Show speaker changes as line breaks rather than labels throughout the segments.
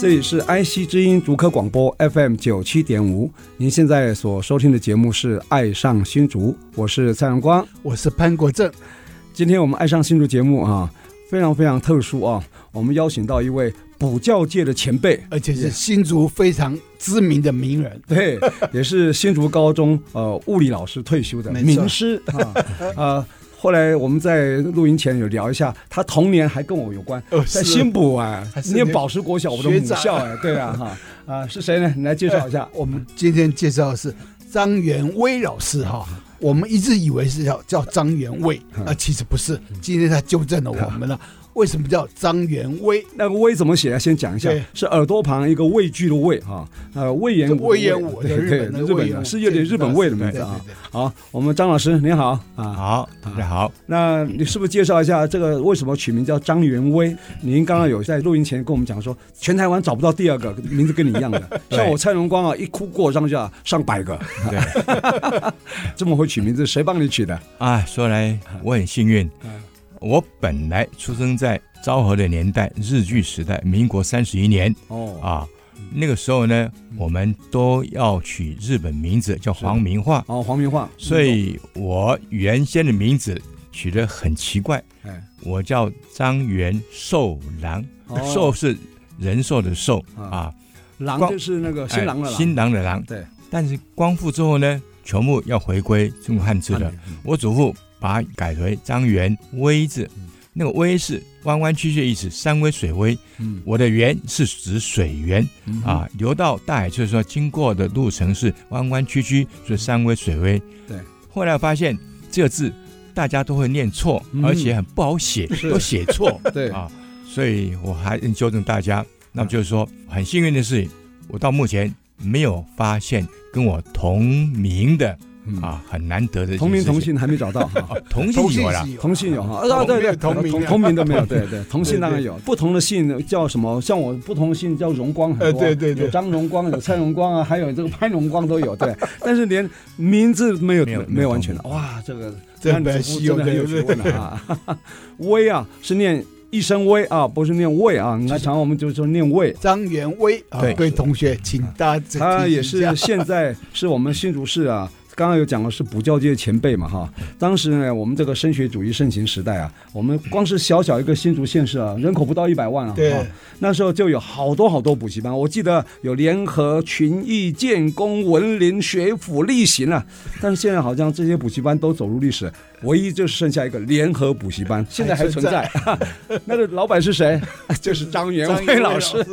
这里是 IC 之音竹科广播 FM 九七点五，您现在所收听的节目是《爱上新竹》，我是蔡阳光。
我是潘国正，
今天我们《爱上新竹》节目啊，非常非常特殊啊，我们邀请到一位补教界的前辈，
而且是新竹非常知名的名人。
对，也是新竹高中呃物理老师退休的
没错
名师啊。 呃，后来我们在录音前有聊一下，他童年还跟我有关，
呃，
在新埔啊
还，是
念
那
宝石国小，我的
学
母
长
校哎，对啊哈啊是谁呢？你来介绍一下。
我们今天介绍的是张元威老师哈。我们一直以为是叫叫张元卫
嗯
啊，其实不是。今天他纠正了我们了，为什么叫张元威？
那个“威”怎么写啊？先讲一下
对，
是耳朵旁一个畏惧的“畏”哈，呃，魏延武
魏延武
对
的
对
日本的
日
魏
本
延
的，
武
是有点日本味的名字啊。
对对对
好，我们张老师您好啊，
好，大家好，
那你是不是介绍一下这个为什么取名叫张元威？您刚刚有在录音前跟我们讲说，全台湾找不到第二个名字跟你一样的，
对
像我蔡荣光啊，一哭过上下上百个，
对，
这么会取名字，谁帮你取的？
啊，说来我很幸运
嗯，
我本来出生在昭和的年代，日据时代，民国三十一年
哦嗯
啊，那个时候呢，我们都要取日本名字，叫黄明化，
哦，黄明化，
所以我原先的名字取得很奇怪
哎，
我叫张元寿郎，
哦
寿是人寿的寿
啊
啊，
郎
光
就是那个哦新郎的
哎
郎，
新郎的郎，
对，
但是光复之后呢，全部要回归中国汉字了。
嗯
我祖父把它改为张元威字，那个威是弯弯曲曲的意思，山威水威。
嗯
我的源是指水源
嗯
啊，流到大海去的时候经过的路程是弯弯曲曲，所以山威水威。
嗯对，
后来发现这个字大家都会念错，
嗯
而且很不好写，
是
都写错
对
啊，所以我还纠正大家。那么就是说，很幸运的是，我到目前没有发现跟我同名的
嗯
啊，很难得的一件
同名
事情
同姓还没找到哈。
哦， 同姓有啦
同，姓
同姓有哈，
同
啊对对，
同名
同
的
同名的没有，对对，同姓
对
当然有，不同的姓叫什么？像我不同的姓叫荣光很多，
呃对对对
有张荣光，有蔡荣光啊， 还有这个潘荣光都有，对，但是连名字没有
没有没有
没有完全的，
同
哇，这个
这
看
本
祖父真的很有学
有
问啊， 威啊是念一声威啊，不是念魏啊，你看常我们就说念魏。
张元威啊，
对
各位同学，请大家
他
提醒
也
一下
是现在是我们新竹市啊，刚刚有讲了是补教界前辈嘛哈。当时呢，我们这个升学主义盛行时代啊，我们光是小小一个新竹县市啊，人口不到一百万啊，
对
哈那时候就有好多好多补习班，我记得有联合、群益、建工、文林、学府、力行啊。但是现在好像这些补习班都走入历史，唯一就剩下一个联合补习班，现在还存在。 那个老板是谁？就是张元
张
辉
元
老师。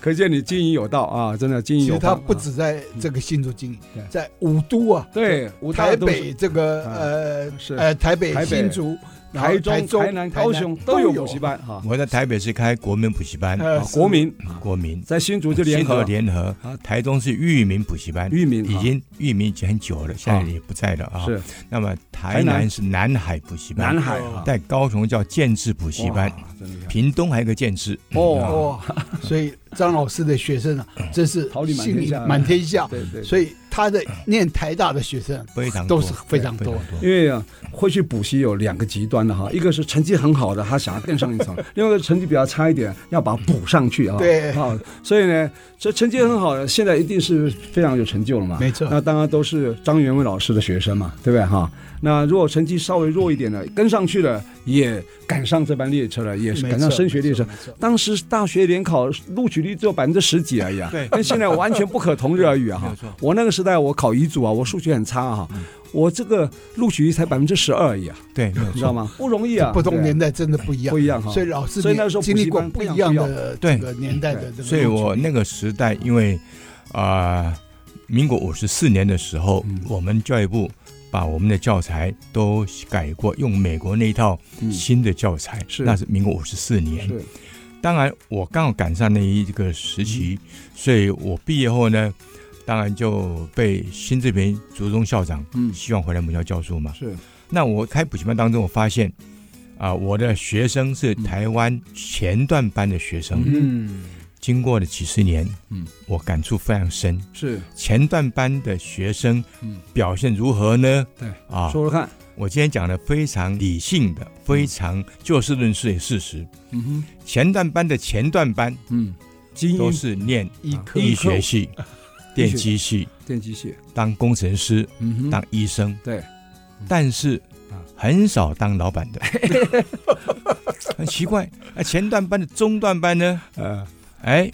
可见你经营有道啊，真的经营
其
有
实
道。
他不
啊
止在这个新竹经营
嗯对，
在五都啊，
对，五大
台
都是
北这个
啊
呃
是
呃台北
台北
新竹、然后
台中、
中、
台南、高雄都有啊补习，班哈。
我在台北是开国民补习班，
呃
啊国民
国民
在新竹就联
新
合
联合
啊，
台中是裕民补习班，
裕民
已
啊
经裕民已经很久了，现在也不在了啊。
是
那么台
台南
南是南海补习班
南，海啊
在高雄叫建制补习班，
哇真厉害
屏东还有一个建制。
哦，
哇！所以张老师的学生啊，真是
桃李满
幸
天
运
下啊
满天下。
对对，
所以他的念台大的学生
非常
都
多
是非常多。
因为啊，会去补习有两个极端的哈，一个是成绩很好的，他想要更上一 层；，另外一个成绩比较差一点，要把它补上去啊。
对
啊，所以呢，这成绩很好的，现在一定是非常有成就了嘛。
没错
那当然都是张元伟老师的学生嘛，对不对哈？那如果成绩稍微弱一点的，跟上去了，也赶上这班列车了，也是
没
赶上
错
升学列车
没错没错。
当时大学联考录取率只有百分之十几而已啊，
对
跟现在完全不可同日而语啊
没
哈
有错。
我那个时代我考乙组啊，我数学很差啊，我这个录取率才百分之十二而已啊，
对，没有
你知道
错。
吗？不容易啊，
不同
对
年代真的不一样
不，一样哈。啊
所以老师
所以那时候
经历过
补
不
习班
一
非常
样
重要
的这
对
个年代的这个，
所以我那个时代，因为啊、呃民国五十四年的时候，
嗯
我们教育部把我们的教材都改过，用美国那一套
嗯
新的教材，
是
那是民国五十四年。
是
当然，我刚好赶上那一个时期，
嗯
所以我毕业后呢，当然就被辛志平族中校长
嗯
希望回来母校教书嘛。
是
那我开补习班当中，我发现啊、我的学生是台湾前段班的学生，
嗯
经过了几十年，
嗯，
我感触非常深。
是
前段班的学生
嗯
表现如何呢？
对
啊，
说说看，
我今天讲的非常理性的，非常就事论事的事实。
嗯哼
前段班的前段班
嗯，精
都
英
是念
医科
医 学系、电机系、
电机系，
当工程师、
嗯哼，
当医生，
对，
但是
啊
很少当老 板的，很奇怪。啊，前段班的中段班呢？
呃
哎，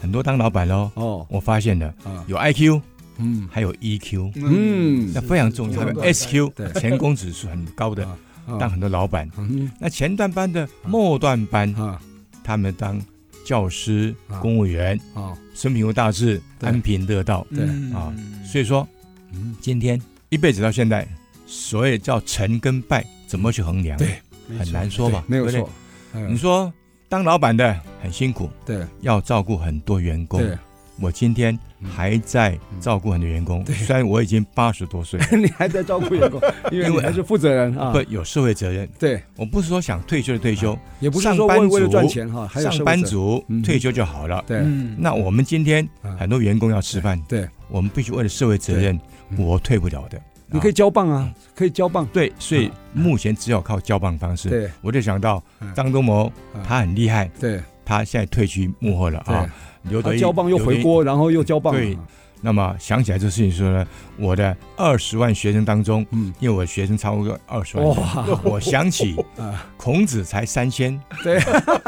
很多当老板喽。
哦
我发现了，
啊
有 IQ，
嗯
还有 EQ，
嗯
那非常重要。还有
是
SQ
对
成功指数很高的
啊，啊
当很多老板。
嗯
那前段班的末段班，
啊
他们当教师
啊、
公务员、
啊
生平无大志、
对嗯
安贫乐道。
对
啊，所以说，
嗯
今天一辈子到现在，所谓叫成跟败，怎么去衡量？
对，
很难说吧？
没有
对不
错
对。，你
嗯
说当老板的很辛苦，
对
要照顾很多员工。
对，
我今天
嗯
还在照顾很多员工，虽然我已经八十多岁了，
你还在照顾员工，因为
因
你
为
还是负责人啊
不。有社会责任。
对，
我不是说想退休就退休，
也不是
上
说
班
为为了
族
赚钱哈，啊还有社
上
会
班
责任
族
嗯
退休就好了。
对，
嗯
那我们今天
啊
很多员工要吃饭，
对，
我们必须为了社会责任，
对嗯
我退不了的。
你可以
啊
交棒啊，可以交棒。
对，所以
啊
目前只有靠交棒方式。
对
我就想到
嗯
张忠谋
啊，
他很厉害，
对
他现在退居幕后了
对
啊。，刘德
他
一
交棒又
刘德一
回锅，然后又交棒。
对那么想起来这事情说呢，我的二十万学生当中，
嗯，
因为我的学生超过二十万人，
哇，
我想起
啊
孔子才三千，
对，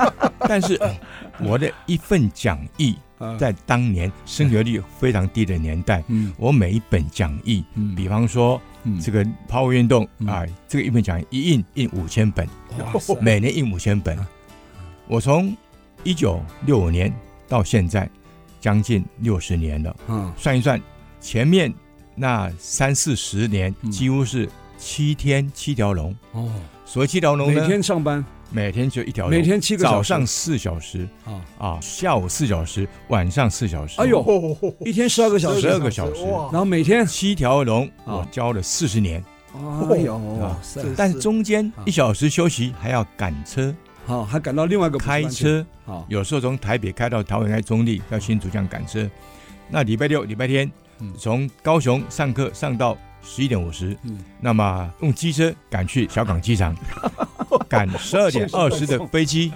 但是哎我的一份讲义，
啊
在当年升学率非常低的年代，
嗯
我每一本讲义，
嗯
比方说
嗯
这个抛物运动
嗯哦
啊、这个一本讲义一印印五千本，
哇塞
每年印五千本。
啊
我从一九六五年到现在，将近六十年了。
嗯
算一算，前面那三四十年
嗯
几乎是七天七条龙。
哦，
所谓七条龙
每
呢，
天上班，
每天就一条龙，
每天七个
早
小时
上四小时
啊，
啊，下午四小时，晚上四小时。
哎呦一天十二个小时，
哦12个小时嗯
然后每天，
七条龙，
啊
我教了四十年，
哎呦，哇
啊
塞，
但是中间
啊
一小时休息，还要赶车、
好，还赶到另外一个补习班
开
去，
车，
好，
有时候从台北开到桃园、开中立，到新竹这样赶车。那礼拜六、礼拜天
嗯，
从高雄上课上到十一点五十
嗯，
那么用机车赶去小 港机场，赶十二点二十的飞机，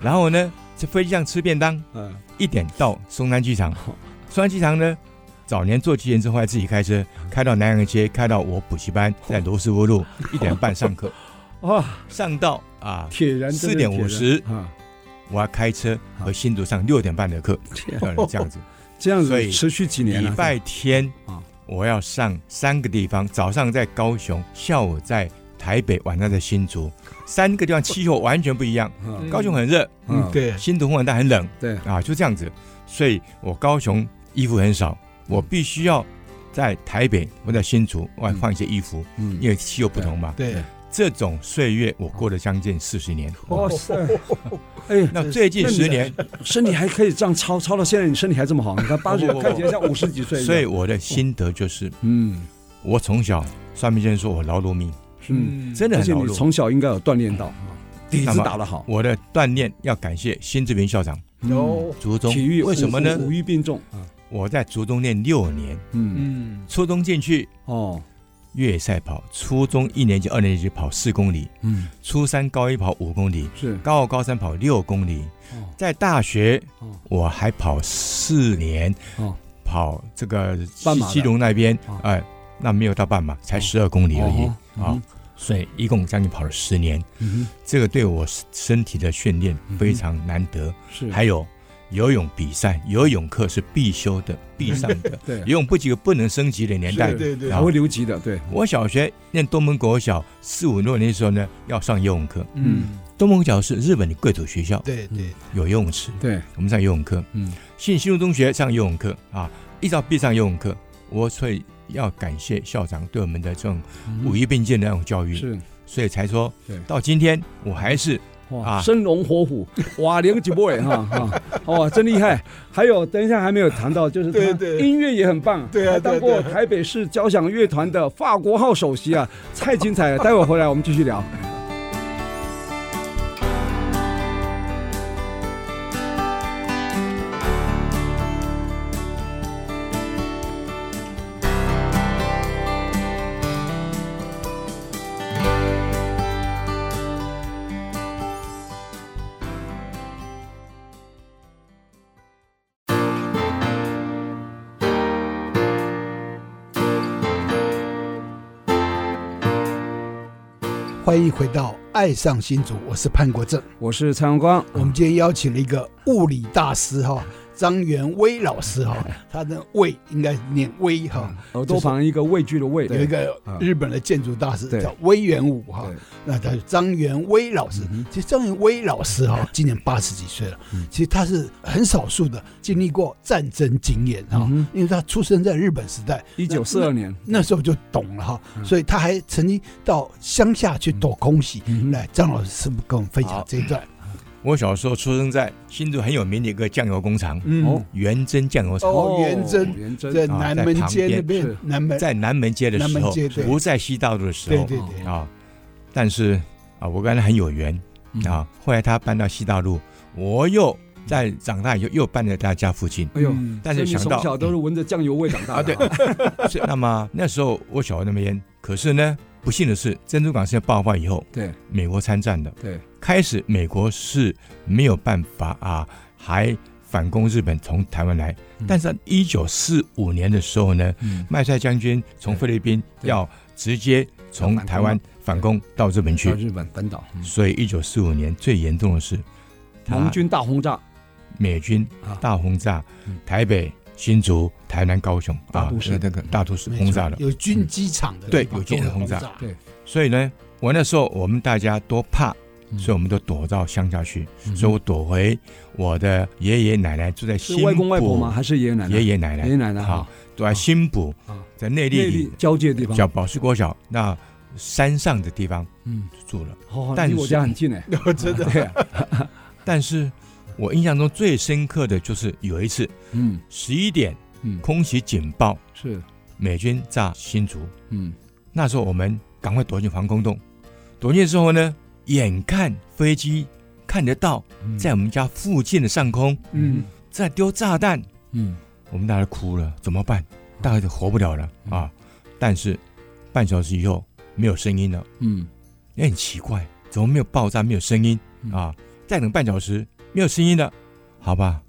然后呢，在飞机上吃便当，
嗯，
一点到松山 机场。松山机场呢，早年坐机人之后，后来自己开车
嗯
开到南洋街，开到我补习班，在罗斯 福路一点半上课，
哇，
上到啊，
铁人真的是铁人
4:50
啊，
我要开车
嗯
回新竹上六点半的课，
天
呃这样子。
这样
所
子
以
持续几 年
礼
了，
拜天
啊
我要上三个地方，早上在高雄，下午在台北，晚上在新竹，三个地方气候完全不一样。
嗯
高雄很热，
嗯，对，
新竹很但很冷，
对
啊，就这样子。所以我高雄衣服很少，
嗯
我必须要在台北或在新竹外
嗯
放一些衣服，
嗯
因为气候不同嘛。
对，
这种岁月我过了将近四十年。
哇 塞，哎，
那最近
嗯那你
十年，
身体还可以这样操，操到现在你身体还这么好，你看八十
哦不不不
看起来像五十几岁一样，
所以我的心得就是，
嗯
我从小算命先生说我劳碌命，
嗯，
真的
而
很
且
劳
你
碌。
从小应该有锻炼到，底子打得好，
我的锻炼要感谢辛志平校长、
有
竹中
体育
为什么呢？
五育并重啊，
我在竹中念六年，
嗯，
嗯，
初中进去
哦，
越野赛跑，初中一年级、二年级跑四公里，
嗯，
初三、高一跑五公里，
是
高二、高三跑六公里
哦，
在大学
哦
我还跑四年
哦，
跑这个
半
西
马的
西隆那边
哦，
哎，那没有到半马，才十二公里而已
哦嗯
啊，所以一共将近跑了十年，
嗯
这个对我身体的训练非常难得。
哼，是，，
还有游泳比赛，游泳课是必修的、必上的
对
游，泳不及格不能升级的年代
嗯是。
对对
然
还
后
会留级的，对，
我小学念东门国小四五六年的时候呢，要上游泳课。
嗯，
东门国小是日本的贵族学校，
对对，
有游泳池，
对，
我们上游泳课。
嗯，
信西路中学上游泳课啊，一早必上游泳课。我所以要感谢校长对我们的这种
嗯
五育并进的那种教育，
是，
所以才说
对
到今天我还是
哇，
啊
生龙活虎， 哇，连个几波哎哈哈，哇，真厉害！还有，等一下还没有谈到，就是他
对对
音乐也很棒，
对啊
还当
对啊
过
对啊
台北市交响乐团的法国号首席啊，太精彩了！待会儿回来我们继续聊。
欢迎回到《爱上新竹》，我是潘国正。
我是蔡荣光，
我们今天邀请了一个物理大师哈，张元威老师哈，
哎
他的魏应该念威哈，
耳朵旁一个畏惧的畏，
有一个
啊
日本的建筑大师
对
叫威元武哈
对，
那他张元威老师
嗯哼，
其实张元威老师哈，今年八十几岁了
嗯，
其实他是很少数的经历过战争经验哈
嗯哼，
因为他出生在日本时代，
一九四二年，
那时候就懂了哈，
嗯
所以他还曾经到乡下去躲空袭。
嗯
来，张老师是不是跟我们分享
好
这一段？
我小时候出生在新竹很有名的一个酱油工厂，
嗯
哦
元珍酱油厂。
哦元贞
元真，
在
啊
南
在
门
旁
街那
边
边
是，
南门
在南门街的时
南
候
门街对，
不在西大路的时
对
候
对对，
啊，但是啊，我跟他很有缘
嗯
啊。后来他搬到西大路，我又在长大以后又搬到他家附近。
哎呦，
嗯
但是
所以
想
你
到
从小都是闻着酱油味长大的啊，
是那么那时候我小在那边，可是呢，不幸的是，珍珠港事件爆发以后，
对
美国参战的，
对，
开始美国是没有办法啊，还反攻日本从台湾来
嗯。
但是一九四五年的时候呢，
嗯，
麦塞将军从菲律宾
对
要直接从台湾反攻到日本
到
去，
日本本岛，嗯
所以一九四五年最严重的是，
盟
他
军大轰炸，
美军
啊
大轰炸
嗯
台北、新竹、台南、高雄
大
啊
都，市嗯
那个大都市
没
轰炸
错
了。
有军机场的
对
地方
有军人
都会
轰炸
对
所以呢，我那时候我们大家都怕，
嗯
所以我们都躲到乡下去，
嗯
所以我躲回我的爷爷奶奶住在新
是
浦，
外公外婆吗？还是爷爷奶奶？
爷爷奶
爷爷
奶
奶奶
好
哈，，
住在新浦
啊，
在内
内
地
地
里
交界地方，
叫宝石国小那山上的地方
嗯，
住了。
哦，
但
离
是
我家很近哎，
我真的，
对啊，
但是我印象中最深刻的就是有一次
嗯
十一点
嗯，
空袭警报，
是，
美军炸新竹，
嗯
那时候我们赶快躲进防空洞，躲进之后呢，眼看飞机看得到
嗯
在我们家附近的上空
嗯，
在丢炸弹，
嗯
我们大家都哭了，怎么办？大概就活不了了
嗯
啊！但是半小时以后没有声音了，
嗯
也很奇怪，怎么没有爆炸，没有声音
嗯
啊？再等半小时没有声音了，好吧，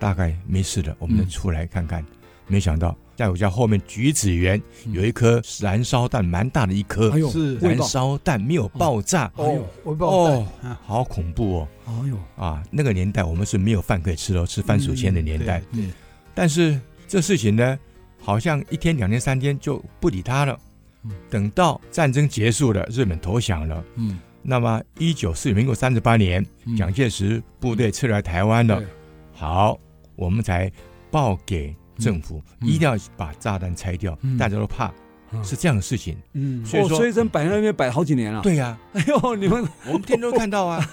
大概没事了，我们再
嗯
出来看看。没想到在我家后面橘子园
嗯
有一颗燃烧弹，蛮大的一颗
哎呦，
是
味
燃
道，
烧弹，没有爆炸，
嗯
哦，我把
哦
我带啊，
好恐怖哦！
哎呦，
啊，那个年代我们是没有饭可以吃的哦，吃番薯签的年
嗯
代。
对，对
但是这事情呢，好像一天、两天、三天就不理他了
嗯。
等到战争结束了，日本投降了，
嗯，
那么一九四民国三十八年，
嗯
蒋介石部队撤来台湾了
对，
好，我们才报给政府，
嗯嗯
一定要把炸弹拆掉，
嗯
大家都怕
嗯
是这样的事情。
嗯，
所以
哦，
说
所以真摆在那边摆好几年了，，
对呀、
哎呦，你 们
我们天天都看到 啊，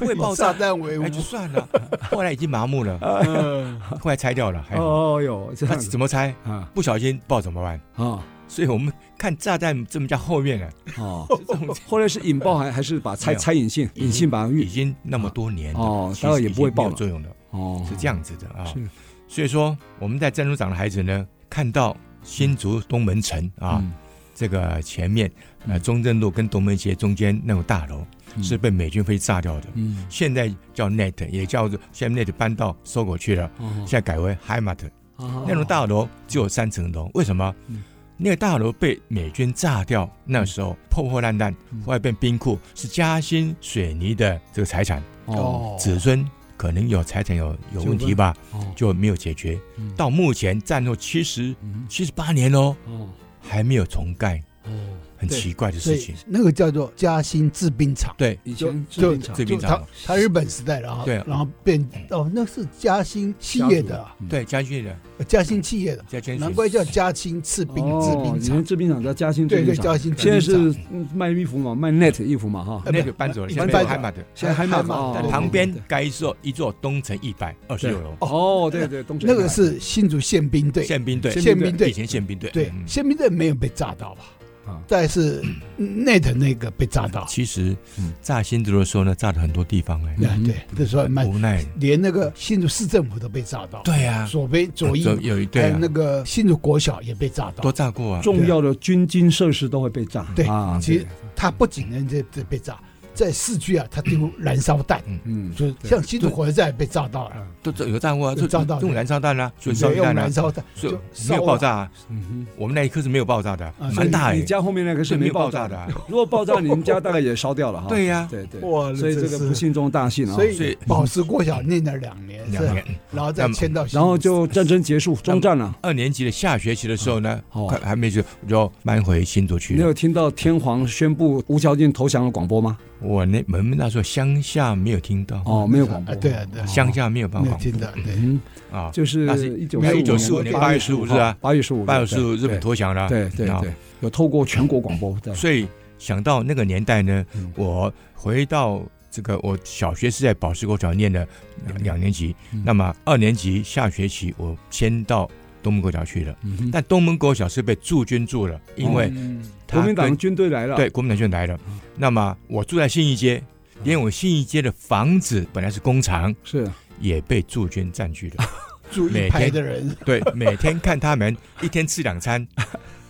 会爆炸
炸，弹为伍
哎，，就算了。 啊后来已经麻木了，
哎
嗯
后来拆掉了，还 好。
哦呦，这
那
样
怎
子
么拆？
啊
不小心爆怎么办？
啊
所以我们看炸弹这么叫后面了，啊
哦，
这种
后来是引爆还还是把拆
没有
拆引信，引信把它
已
运
经那么多年了
哦
其实
当然也不会
已经没
爆
有
了
作用的，
哦，
是这样子的啊。
是
所以说我们在珍珠港的孩子呢，看到新竹东门城啊，
嗯
这个前面呃
嗯
中正路跟东门街中间那种大楼、
嗯
是被美军飞炸掉的，
嗯，
现在叫 Net，也叫做现在 Net 搬到搜狗去了，
哦
现在改为 Himat。
哦
那栋大楼只有三层楼，为什么
嗯？
那个大楼被美军炸掉，那时候破破烂烂
嗯，
后来变冰库，是嘉兴水泥的这个财产，
哦
子孙可能有财产有有问题吧，
哦
就没有解决
嗯。
到目前战后七十
嗯
七十八年喽，
哦
还没有重盖，
哦，
很奇怪的
所
事
以
情。
那个叫做嘉兴制冰厂，
对
以前制
就
冰厂
制冰
就
厂
他他日本时代了哈，
对啊
然后变哦，那是嘉兴企业的啊，
嗯
对，嘉兴的
嘉兴企业的，
嘉兴水
难怪叫嘉兴制冰制
哦
冰，
以前
厂，
制冰厂叫嘉兴制
对
冰
对，
厂，
嘉兴制
现在
冰厂。
是嗯卖衣服嘛，卖 net 衣服嘛哈，
呃
那个搬走了，
呃
现在
搬
变
走
Himat 的。
现在还卖
还卖
嘛，
对
哦
旁边盖一座一座东城一百二十六楼
哦，对对，东城
那个
海
是新竹宪兵队，
宪兵队，
宪兵队
以前宪兵队，
对，
嗯
宪兵队没有被炸到吧？
啊
但是 net 那个被炸到，
其实
嗯
炸新竹的时候呢，炸了很多地方哎、
对
嗯
对，那时候蛮
无奈。
连那个新竹市政府都被炸到，
对啊，
左边左翼
有有一
还
对
有
啊，
那个新竹国小也被炸
都
到，
炸过啊。
重要的军经设施都会被炸，
对
啊，
其实
对
它不仅能这这被炸，在市区啊，它丢燃烧弹，
嗯，
就是像新竹火车站也被炸到了，
都都有炸过啊，
有
就
炸到的
用燃烧弹啊，就烧
也
鱼
用
弹啊
燃，烧弹，
所
就
以
烧
没有爆
啊，
炸啊。
嗯
我们那一刻是没有爆炸的啊，
啊
哼，
所以
蛮大
你
哎
你，家后面那个是
对没
没
有爆
爆
炸
炸
的啊。
如果爆炸，你们家大概也烧掉了哈。
对呀，
对对，
哇
所以这个
真是
不幸中的大幸啊。
所
所以
以宝石国小念了两年，
两
是吧
年
然后再迁到新竹，
然后就战争结束，中战了。
二年级的下学期的时候呢，
啊
哦
快还没去，我就搬回新竹去
你
了。
有听到天皇宣布无条件投降的广播吗？
我那我们那时候乡下没有听到，
哦，没有广播
啊。对啊对啊
乡下没有办
没
法
有听到，对。
嗯，
啊，
就是
那是
一九
没有
五哦
1945年8月15日啊
八月十五，
八九十五日本啊投降了。
对对对，有透过全国广播对。
所以想到那个年代呢
嗯，
我回到这个，我小学是在宝石国小念的两两年级
嗯，
那么二年级下学期我迁到东门国小去了。
嗯哼
但东门国小是被驻军住了，因为
嗯
他
国民党
跟
军队来了，
对国民党军来了。
嗯
那么我住在信义街，连我信义街的房子本来是工厂，
是
也被驻军占据了。
住一排的人，
对，每天看他们一天吃 两餐，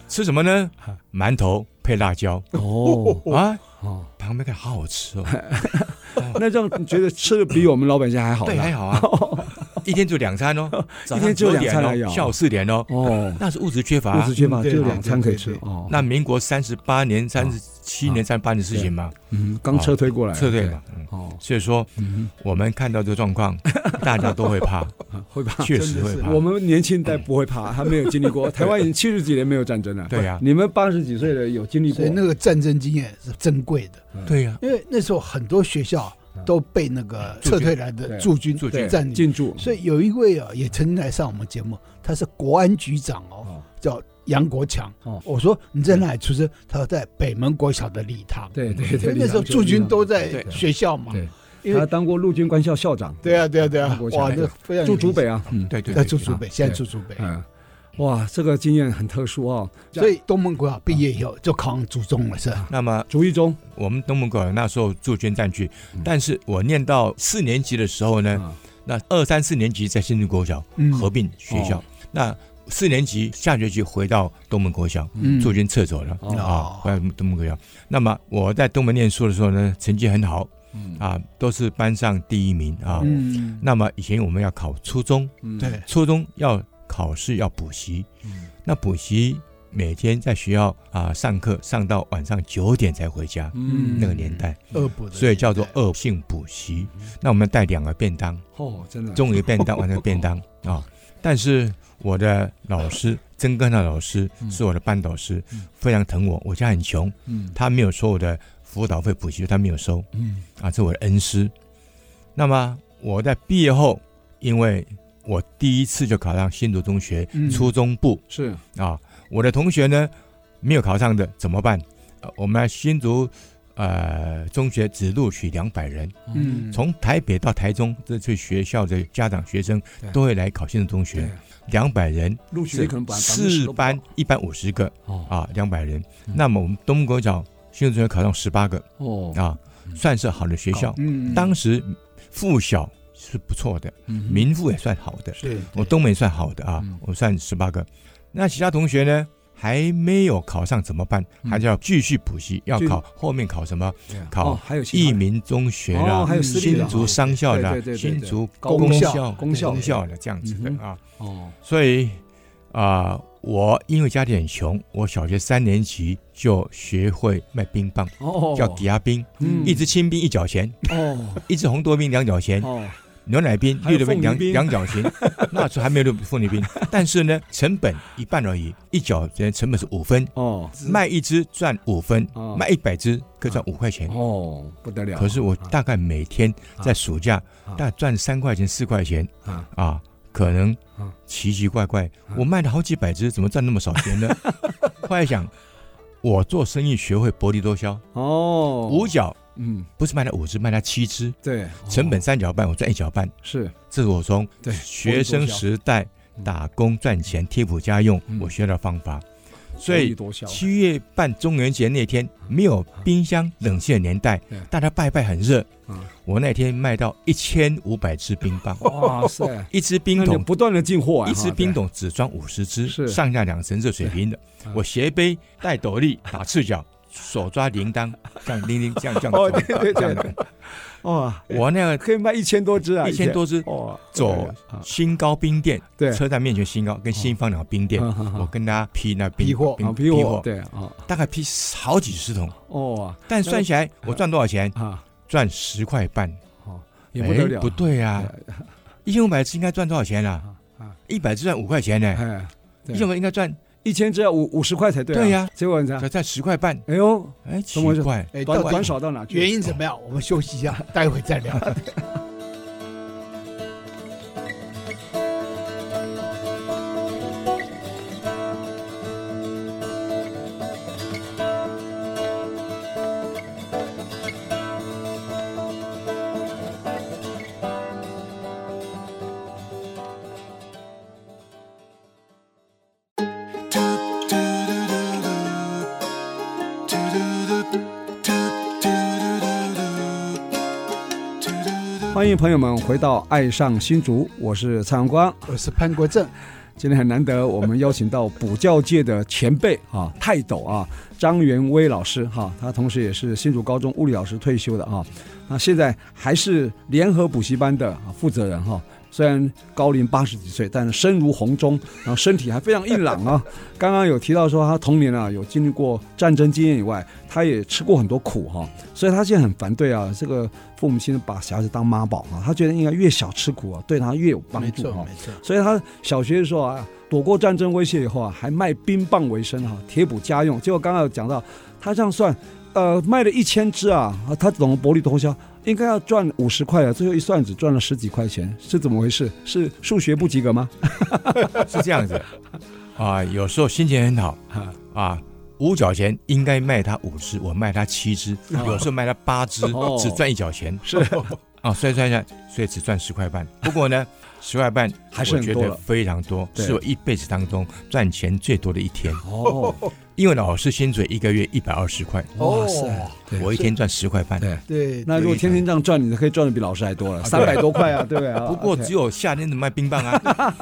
吃什么呢？馒头配辣椒
哦
啊，
哦，
旁边看好好吃哦。
那这样你觉得吃的比我们老百姓还好
对，还
啦？
好啊， 一天就 两餐哦，早上
一天只有
9
两餐而已
点
哦
哦，下午四点哦，
哦，
那是物质缺乏
物
啊
质。缺乏
嗯
只
对
有两餐可以吃
对对
哦。
那民国三十八年、三十七年、三十八年的事情嘛，
嗯，刚撤退过来，
撤退嘛，嗯。
哦，
所以说，
嗯
我们看到这个状 况，大家都会怕，
哼，会吧？
确实会 怕。
我们年轻一代不会 怕，还没有经历过。台湾已经七十几年没有战争了，
对呀
你们八十几岁的有经历
所
过
以那个战争经验是珍贵的，
对呀，
因为那时候很多学校
嗯
都被那个撤退来的驻军
驻
对
军
占领，
进驻，
所以有一位啊也曾经来上我们节目，他是国安局长
哦
哦，叫杨国强
哦。
我说你在哪里出生？他说在北门国小的礼堂。
对对
因
对
为，那时候驻军都在
对
学校嘛。
对，
因
他
为
当过陆军官校校长，
对啊对啊对
杨
啊
国，强
哇，那非常
驻竹北，啊，嗯，
对对
在
对，
驻竹北，现在驻竹北。
嗯，哇，这个经验很特殊哦。
所以东盟国小毕业以后就考上祖宗了，是吧？
那么
主意中，
我们东门口那时候驻军占据
嗯，
但是我念到四年级的时候呢，
啊
那二三四年级在新竹国小，
嗯
合并学校。
哦
那四年级下学期回到东门国小，
嗯
驻军撤走了
哦
啊，回到东门国小。那么我在东门念书的时候呢，成绩很好
嗯
啊，都是班上第一名啊。
嗯，
那么以前我们要考初中，
嗯
对，
初中要考试要补习，
嗯
那补习每天在学校啊上课上到晚上九点才回家，
嗯
那个年代，
恶补的，
所以叫做恶性补习。
嗯
那我们带两个便当。
哦，真的，
中午的便当，晚上的便当啊、但是我的老师曾根的老师
嗯
是我的班导师，
嗯
非常疼我。我家很穷，
嗯
他没有收我的辅导费、补习费，他没有收
嗯
啊，这是我的恩师。那么我在毕业后，因为我第一次就考上新竹中学、
嗯
初中部
是
啊，我的同学呢没有考上的怎么办？呃我们新竹呃中学只录取两百人，
嗯，
从台北到台中，这去学校的家长、学生
对
都会来考新竹中
对
学，两百人，
录取率可能百分之十
四
都不到
班一班五十个
哦
啊，两百人。
嗯
那么我们东国角新竹中学考上十八个
哦
啊，算是好的学校。
嗯
当时附小是不错的，
嗯哼
民富也算好的，
是
我东门算好的啊
嗯，
我算十八个。那其他同学呢，还没有考上怎么办？
嗯
还是要继续补习，要
继续
考后面考什么？
哦
考
还有其他
益
的
民中学
哦
啦
还有，私立
新
的
竹商校
对
的
对对，对
新竹
公
公
校
校、
公校
公校的这样子的
嗯哼
啊。
哦，
所以啊，我因为家里很穷，我小学三年级就学会卖冰棒，
哦，
叫抵押冰，
嗯
一支清冰一角钱，
哦
一支红豆冰两角钱，
哦，
牛奶冰、
还有
绿豆冰、
凤
两
梨冰
两角钱， 那时候还没有凤梨冰，但是呢，成本一半而已，一角钱成本是五分，
哦
卖一只赚五分
哦，
卖一百只可以赚五块钱。
哦，不得了！
可是我大概每天在暑假
啊
大概赚三块钱、四块钱
啊
啊，可能
啊
奇奇怪怪
啊，
我卖了好几百只，怎么赚那么少钱 呢？后来想，我做生意学会薄利多销，
哦，
五角
嗯，
不是卖了五只，卖了七只，
对，
成本三角半，我赚一角半。
是
这是我从
对
学生时代
嗯
打工赚钱贴补家用
嗯，
我学到方法。所
利益
以
多销，
七月半中元节那天没有冰箱冷气的年代
对，
大家拜拜很热
嗯。
我那天卖到一千五百只冰 棒，
哇塞，
一只
那
冰
你
桶，
不断的进货啊，
一只
哈
冰，桶只装五十只，
是
上下两层热水瓶的
嗯。
我斜背带斗笠打赤脚，手抓铃铛，这样铃铃这样这样
哦
走
对对对
这样的。
对哇，
我 那个
可以卖一千多只啊，
一千多只
以前哦，
走
啊
新高冰店，
对，
车站面前新高跟新芳寮冰店，
嗯嗯嗯
我跟他批那冰
批货
冰
啊，比
批
我
货，
对啊，
大概批好几十桶，
哦
但算起来我赚多少钱？
啊，
赚十块半，
也不得
哎
了，
不对啊，一千五百只应该赚多少钱啊？
啊啊，
一百只赚五块钱呢，
哎，对
一千五应该赚
一千只要五五十块才对，啊
对呀，
结果你看，
才赚十块半，
哎呦，
哎，奇
怎么回事
怪，
哎，
短
到底
短少到哪去？
原因怎么样？我们休息一下， 待会再聊。
欢迎朋友们回到《爱上新竹》，我是蔡阳光。
我是潘国正，
今天很难得，我们邀请到补教界的前辈啊，泰斗啊，张元威老师哈、他同时也是新竹高中物理老师退休的啊，那现在还是联合补习班的啊负责人哈、虽然高龄八十几岁，但是身如红钟，然后身体还非常硬朗啊。刚刚有提到说他童年啊有经历过战争经验以外，他也吃过很多苦哈、所以他现在很反对啊这个父母亲把小孩子当妈宝啊，他觉得应该越小吃苦啊，对他越有帮
没
助
错
哈、
没错，
所以他小学的时候啊，躲过战争威胁以后啊，还卖冰棒为生哈、贴补家用。结果刚刚有讲到，他这样算，呃，卖了一千只啊，啊他懂得薄利多销，应该要赚五十块啊，最后一算只赚了十几块钱，是怎么回事？是 数学不及格吗？
是 这样子啊。有时候心情很好啊，五角钱应该卖他五只，我卖他七只，有时候卖他八只
哦，
只赚一角钱
是
啊，所以算一下，所以只赚十块半。不过呢，十块半
还是
我
很
觉
多
得
了
非常多，
对
是我一辈子当中赚钱最多的一天。
哦，
因为老师薪水一个月一百二十块，
哇塞！对
哦我一天赚十块半。
对
对，
那如果天天这样赚，你可以赚的比老师还多了，三百多块啊，对不对啊？
不过只有夏天能卖 冰棒啊，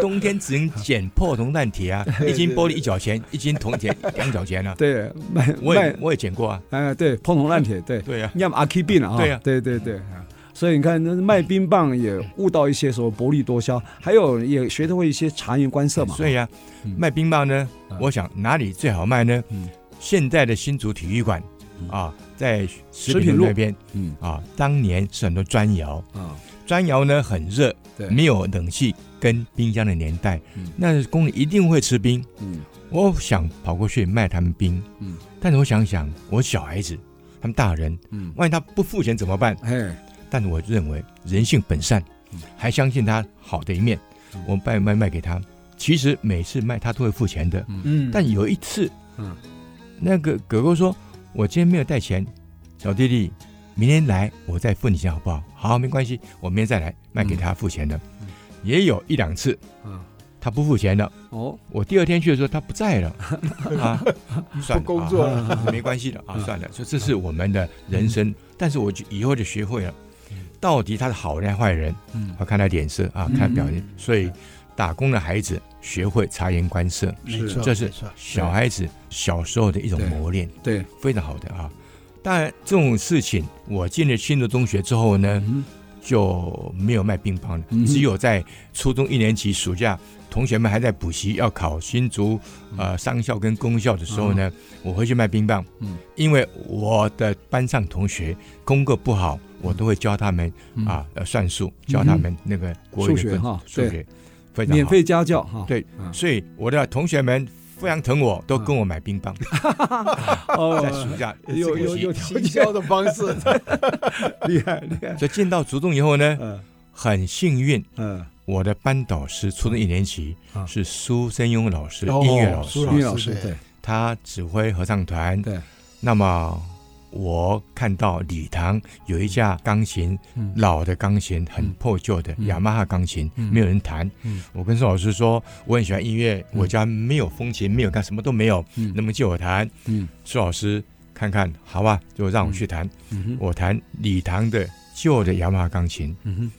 冬天只能捡破铜烂铁啊，一斤玻璃一角钱，一斤铜钱两角钱啊。
对卖
我也
卖
我也捡过啊，
哎对，碰铜烂铁对。
对啊，
要么阿 K 病了啊，
对呀
对对对啊所以你看，那卖冰棒也悟到一些什么薄利多销，还有也学得会一些察言观色嘛。
所以啊
嗯，
卖冰棒呢
嗯，
我想哪里最好卖呢
嗯？
现在的新竹体育馆
嗯
啊，在
食
食
品
品
路
路那边
嗯
啊，当年是很多砖窑，
啊，
砖窑呢很热，
对，
没有冷气跟冰箱的年代
嗯，
那工人一定会吃冰。
嗯
我想跑过去卖他们冰，
嗯
但是我想想，我小孩子，他们大人，
嗯，
万一他不付钱怎么办？
嘿，
但我认为人性本善
嗯，
还相信他好的一面
嗯，
我卖卖卖给他。其实每次卖他都会付钱的，
嗯，
但有一次
嗯，
那个狗狗说：“我今天没有带钱，小弟弟，明天来我再付你钱好不好？”好，没关系，我明天再来卖给他付钱的
嗯。
也有一两次
嗯，
他不付钱了。
哦，
我第二天去的时候，他不 在了，啊，算了
不工作
哦
嗯
啊没关系的啊，算了，这这是我们的人生，但是我就以后就学会了，到底他是好人还是坏人，
嗯
要看他脸色啊，看他表现
嗯。
所以打工的孩子学会察言观色，
没错，
这是
没错
小孩子小时候的一种
对
磨练，
对，
非常好的啊。但这种事情，我进了新竹中学之后呢，
嗯
就没有卖乒乓了，
嗯哼
只有在初中一年级暑假，同学们还在补习要考新竹呃商校跟公校的时候呢，我会去卖冰棒。
嗯
因为我的班上同学功课不好，我都会教他们
嗯
啊、呃算术，教他们那个国语的
数学
分
哈
数
对
学非常
免
好。
费家教哈。
对
嗯，
所以我的同学们非常疼我，都跟我买冰棒，
哦
在暑假一次
嗯 有
补
有
习
有条
行
件，
销的方 式，
厉害厉害。
所以进到竹东以后呢，
嗯
很幸运，
嗯，
我的班导师初中一年级
啊
是苏生庸老师，
哦
音乐老师
苏，
音乐老师
老师
对
他指挥合唱团。
对，
那么我看到礼堂有一架钢琴，
嗯
老的钢琴，很破旧的
嗯
雅马哈钢琴，
嗯
没有人弹
嗯。
我跟宋老师说，我很喜欢音乐，
嗯
我家没有风琴，没有干什么都没有，
嗯
能不能借我弹？
嗯
苏老师看看，好吧，就让我去弹。
嗯哼
我弹礼堂的旧的雅马哈钢琴，
嗯哼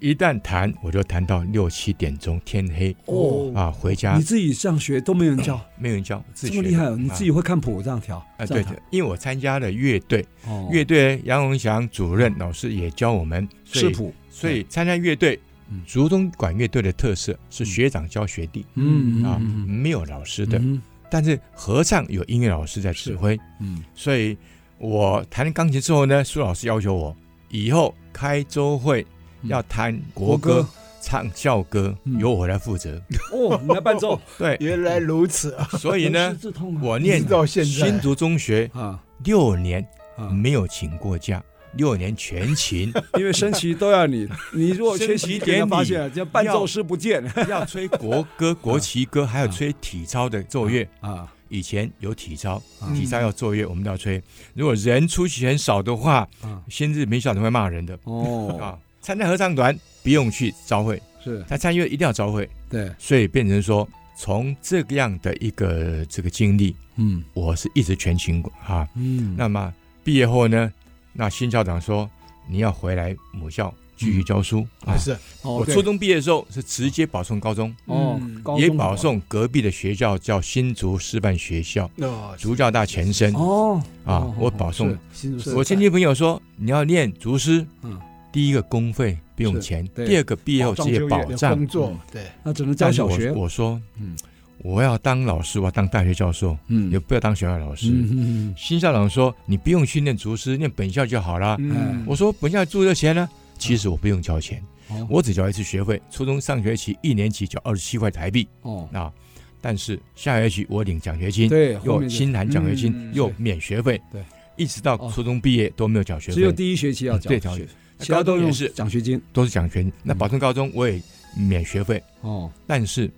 一旦弹我就弹到六七点钟，天黑
哦，
啊，回家
你自己上学都没人教，
没有人教，自
这
学
么
的
厉害哦，你自己
啊
会看谱这样调
啊对
的
的，因为我参加了乐队，
哦，
乐队杨荣祥主任老师也教我们所以
视谱，
所以参加乐队
嗯，
竹东管乐队的特色是学长教学弟
嗯
啊，没有老师的，
嗯
但是合唱有音乐老师在指挥，
嗯
所以我弹钢琴之后呢，苏老师要求我以后开周会
嗯
要弹国
国
歌
歌、
唱校歌
嗯，
由我来负责。
哦，你来伴 奏，
对，
原来如此啊！
所以呢，
自痛啊
我念
直到现在
新竹中学
啊
六年
啊，
没有请过假，六年全 勤，
因为升旗都要你，你如果缺席，
升旗
给人家发
典礼
现这伴奏师不见
要吹国歌、国旗歌，还有吹体操的奏乐。
啊，
以前有体操
啊，
体操要奏乐，我们都要吹。如果人出席很少的话
啊，
新日名校都会骂人的
哦，
啊。参加合唱团不用去招会，
是
他参乐一定要招会，
对，
所以变成说，从这样的一个这个经历，
嗯
我是一直全勤过哈、啊。
嗯
那么毕业后呢，那新校长说你要回来母校继续教书、啊
不。是
哦
我
对
初中毕业的时候是直接保送高中，
哦
嗯，
高
也
中
保送隔壁的学校叫新竹师范学校，
哦，
竹教大前身、
哦
啊
哦。
我保送
是，
新竹
我亲戚朋友说你要念竹师，
嗯
第一个公费不用
是
钱，
对
第二个毕业后
保
职
障
业
就业
保
的
障
工。作，对，
那只能教
但是
小
我
学，
我说，
嗯
我要当老师，我要当大学教授，
嗯
也不要当学校老师。
嗯
新校长说：“你不用去念竹师，念本校就好啦。
嗯
我说：“本校住这钱呢？”其实我不用交钱，
嗯
我只交一次学费。初中上学期一年级交二十七块台币
哦
啊，但是下学期我领奖学金，
对，后
又
面就
新函奖学金，
嗯
又
是
免学费，
对，哦
一直到初中毕业都没有缴学费，
只有第一学期要
嗯
交
对
学
缴
费，
那
其他
高
都
中也
用嗯
是
奖学金
都是奖学金。那保送高中我也免学费，
哦
但是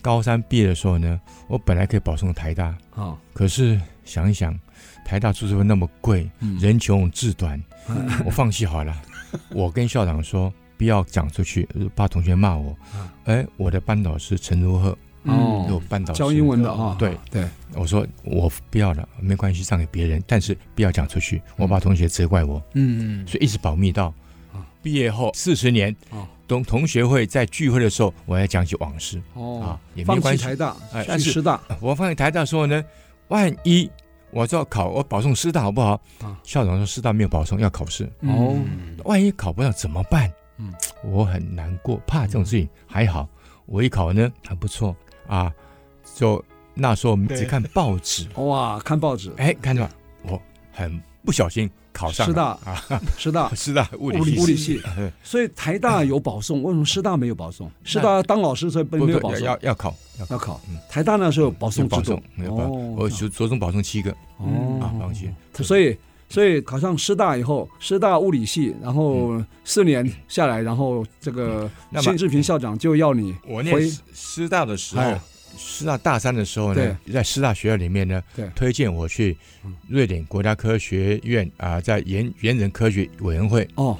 高三毕业的时候呢，我本来可以保送台大，
啊
可是想一想，台大住宿费那么贵，
嗯
人穷志 短，
嗯
我放弃好了。我跟校长说，不要讲出去，怕同学骂我
啊。
哎，我的班导师陈如鹤，
哦
嗯有班导师
教英，文的啊，
对
对，
我说我不要了，没关系，让给别人，但是不要讲出去，
嗯
我怕同学责怪我，
嗯，
所以一直保密到
啊
毕业后四十年
啊。
同同学会在聚会的时候，我要讲起往事
哦
啊，，也没
放
关
弃
系。
台大
哎，
去
但是
师大
我放在台大的时候呢，万一我就要考，我保送师大好不好？
啊
校长说师大没有保送，要考试，
哦
万一考不上怎么办？
嗯，
我很难过，怕这种事情。还好我一考呢还不错啊，就那时候只看报纸，
哦哇，看报纸，
哎，看到我很不小心考上了
嗯师大师
啊，
大
师大物理系
物理系， 所以台大有保送，为什么师大没有保送？师大当老师所以不
不
没有
不
保
要
送，
要要考要考
要考
嗯。
台大那时候有保送
保
制
送
度，，
要保
哦
我着着重保送七个啊，
哦
放，心。
所以。所以考上师大以后，师大物理系，然后四年下来，然后这个
嗯那么
辛志平校长就要你
我念
回
师师大的时
哎
候，师大大三的时候呢，在师大学校里面呢
对，嗯
推荐我去瑞典国家科学院啊、在研原人科学委员会
哦，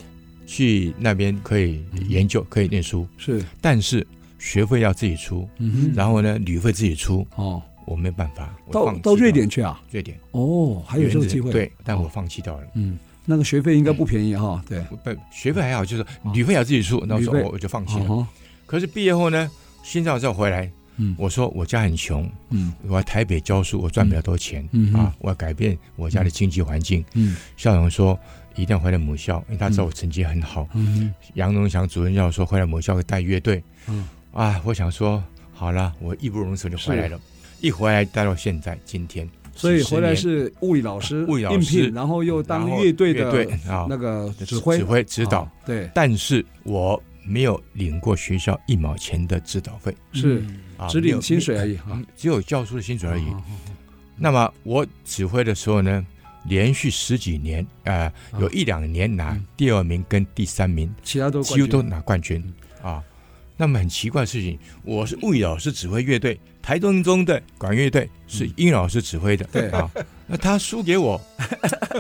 去那边可以研
嗯
究，可以念书，
是，
但是学费要自己出，
嗯哼，
然后呢，旅费自己出，
哦，
我没办法，我
到
放弃
到瑞
掉
典去啊？
瑞典
哦，还有这个
原子
机会，
对，但我放弃掉了。
嗯，那个学费应该不便宜哈。对，
不学费还好，就是旅费要自己出，那我说
哦旅费
我我就放弃了。
哦，
可是毕业后呢，新照照回来，
嗯
我说我家很穷，
嗯
我在台北教书，我赚不了多钱、
嗯嗯
啊，我要改变我家的经济环境。
嗯
校长说一定要回来母校，因为他知道我成绩很好。
嗯
杨荣祥主任要我说回来母校带乐队，
嗯
啊，我想说好了，我义不容辞就回来了，一回来待到现在今天，
所以
几十
回来
年
是物理老师，
物理老
应
师
聘，然后又当
然后
乐队的
乐队啊
那个指
指
挥
指挥指导，嗯
啊对，
但是我没有领过学校一毛钱的指导费，
是
啊，
只
没
领
有
薪水而已啊哈
嗯，只有教书的薪水而已。
啊
那么我指挥的时候呢，连续十几年，呃，有一两年拿
啊嗯
第二名跟第三名，
其他都
几乎都
冠军
拿冠军啊。那么很奇怪的事情，我是物理老师指挥乐队，台中中的管乐队是英语老师指挥的，
嗯对
啊，那他输 给我，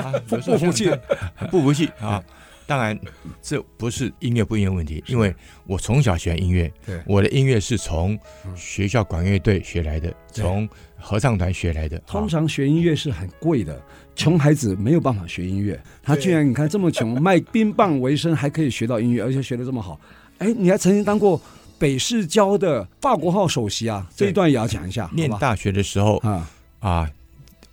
啊、有时候
不服气
想想，不服气啊。当然，这不是音乐不音乐问题，因为我从小喜欢音乐，
对
我的音乐是从
嗯
学校管乐队学来的，从合唱团学来的。啊
通常学音乐是很贵的，穷孩子没有办法学音乐。他居然你看这么穷，卖冰棒为生还可以学到音乐，而且学得这么好。哎，你还曾经当过北市交的法国号首席啊，这
对
一段也要讲一下，
念
好吧
大学的时候
啊，
啊，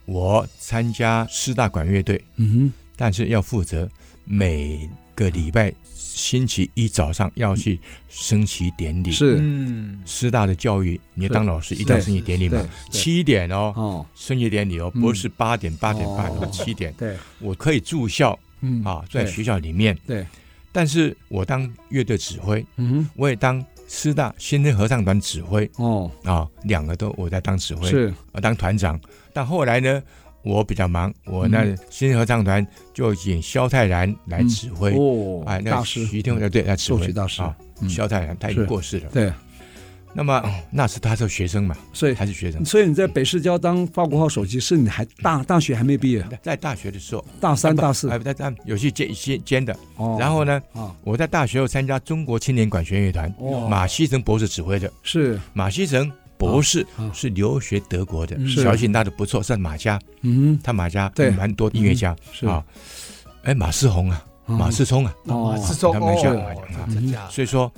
我参加师大管乐队，
嗯
但是要负责每个礼拜星期一早上要去升旗典礼。
哼，是，
嗯，
师大的教育，你当老师一定要升旗典礼
对
嘛？，七点哦，
哦，
升旗典礼哦，
嗯
不是八点、八点半
哦
哦，七点。
对，
我可以住校
嗯，
啊，住在学校里面。
对，
但是我当乐队指挥，
嗯
我也当师大新生合唱团指挥
哼，哦，
啊，两个都我在当指挥。
是，
呃当团长。但后来呢，我比较忙，我
嗯
那新合唱团就请萧泰然来指挥。
哦，
哎，那
大师，
徐天惠对来指
作
挥
曲大师
啊，
嗯
萧泰然他已经
是哦
过世了。
对，
那么那时他是学生嘛，
所以
还是学生，
所以你在北市交当法国号首席，是你还大大学还没毕业，
在大学的时候，
大三嗯大四
哎，，在在有去兼兼兼的。
哦，
然后呢，
啊，
我在大学又参加中国青年管弦乐团，
哦
马西成博士指挥的。
是，
马西成博士
啊啊
是留学德国的，
嗯是
小提琴拉的不错，是马家，
嗯
他马家
对
蛮多音乐家
哼，是，
啊。哎，马世宏啊，
嗯
马世聪啊，
马
哦，
世聪
他们
哦，
像
这这家
所以说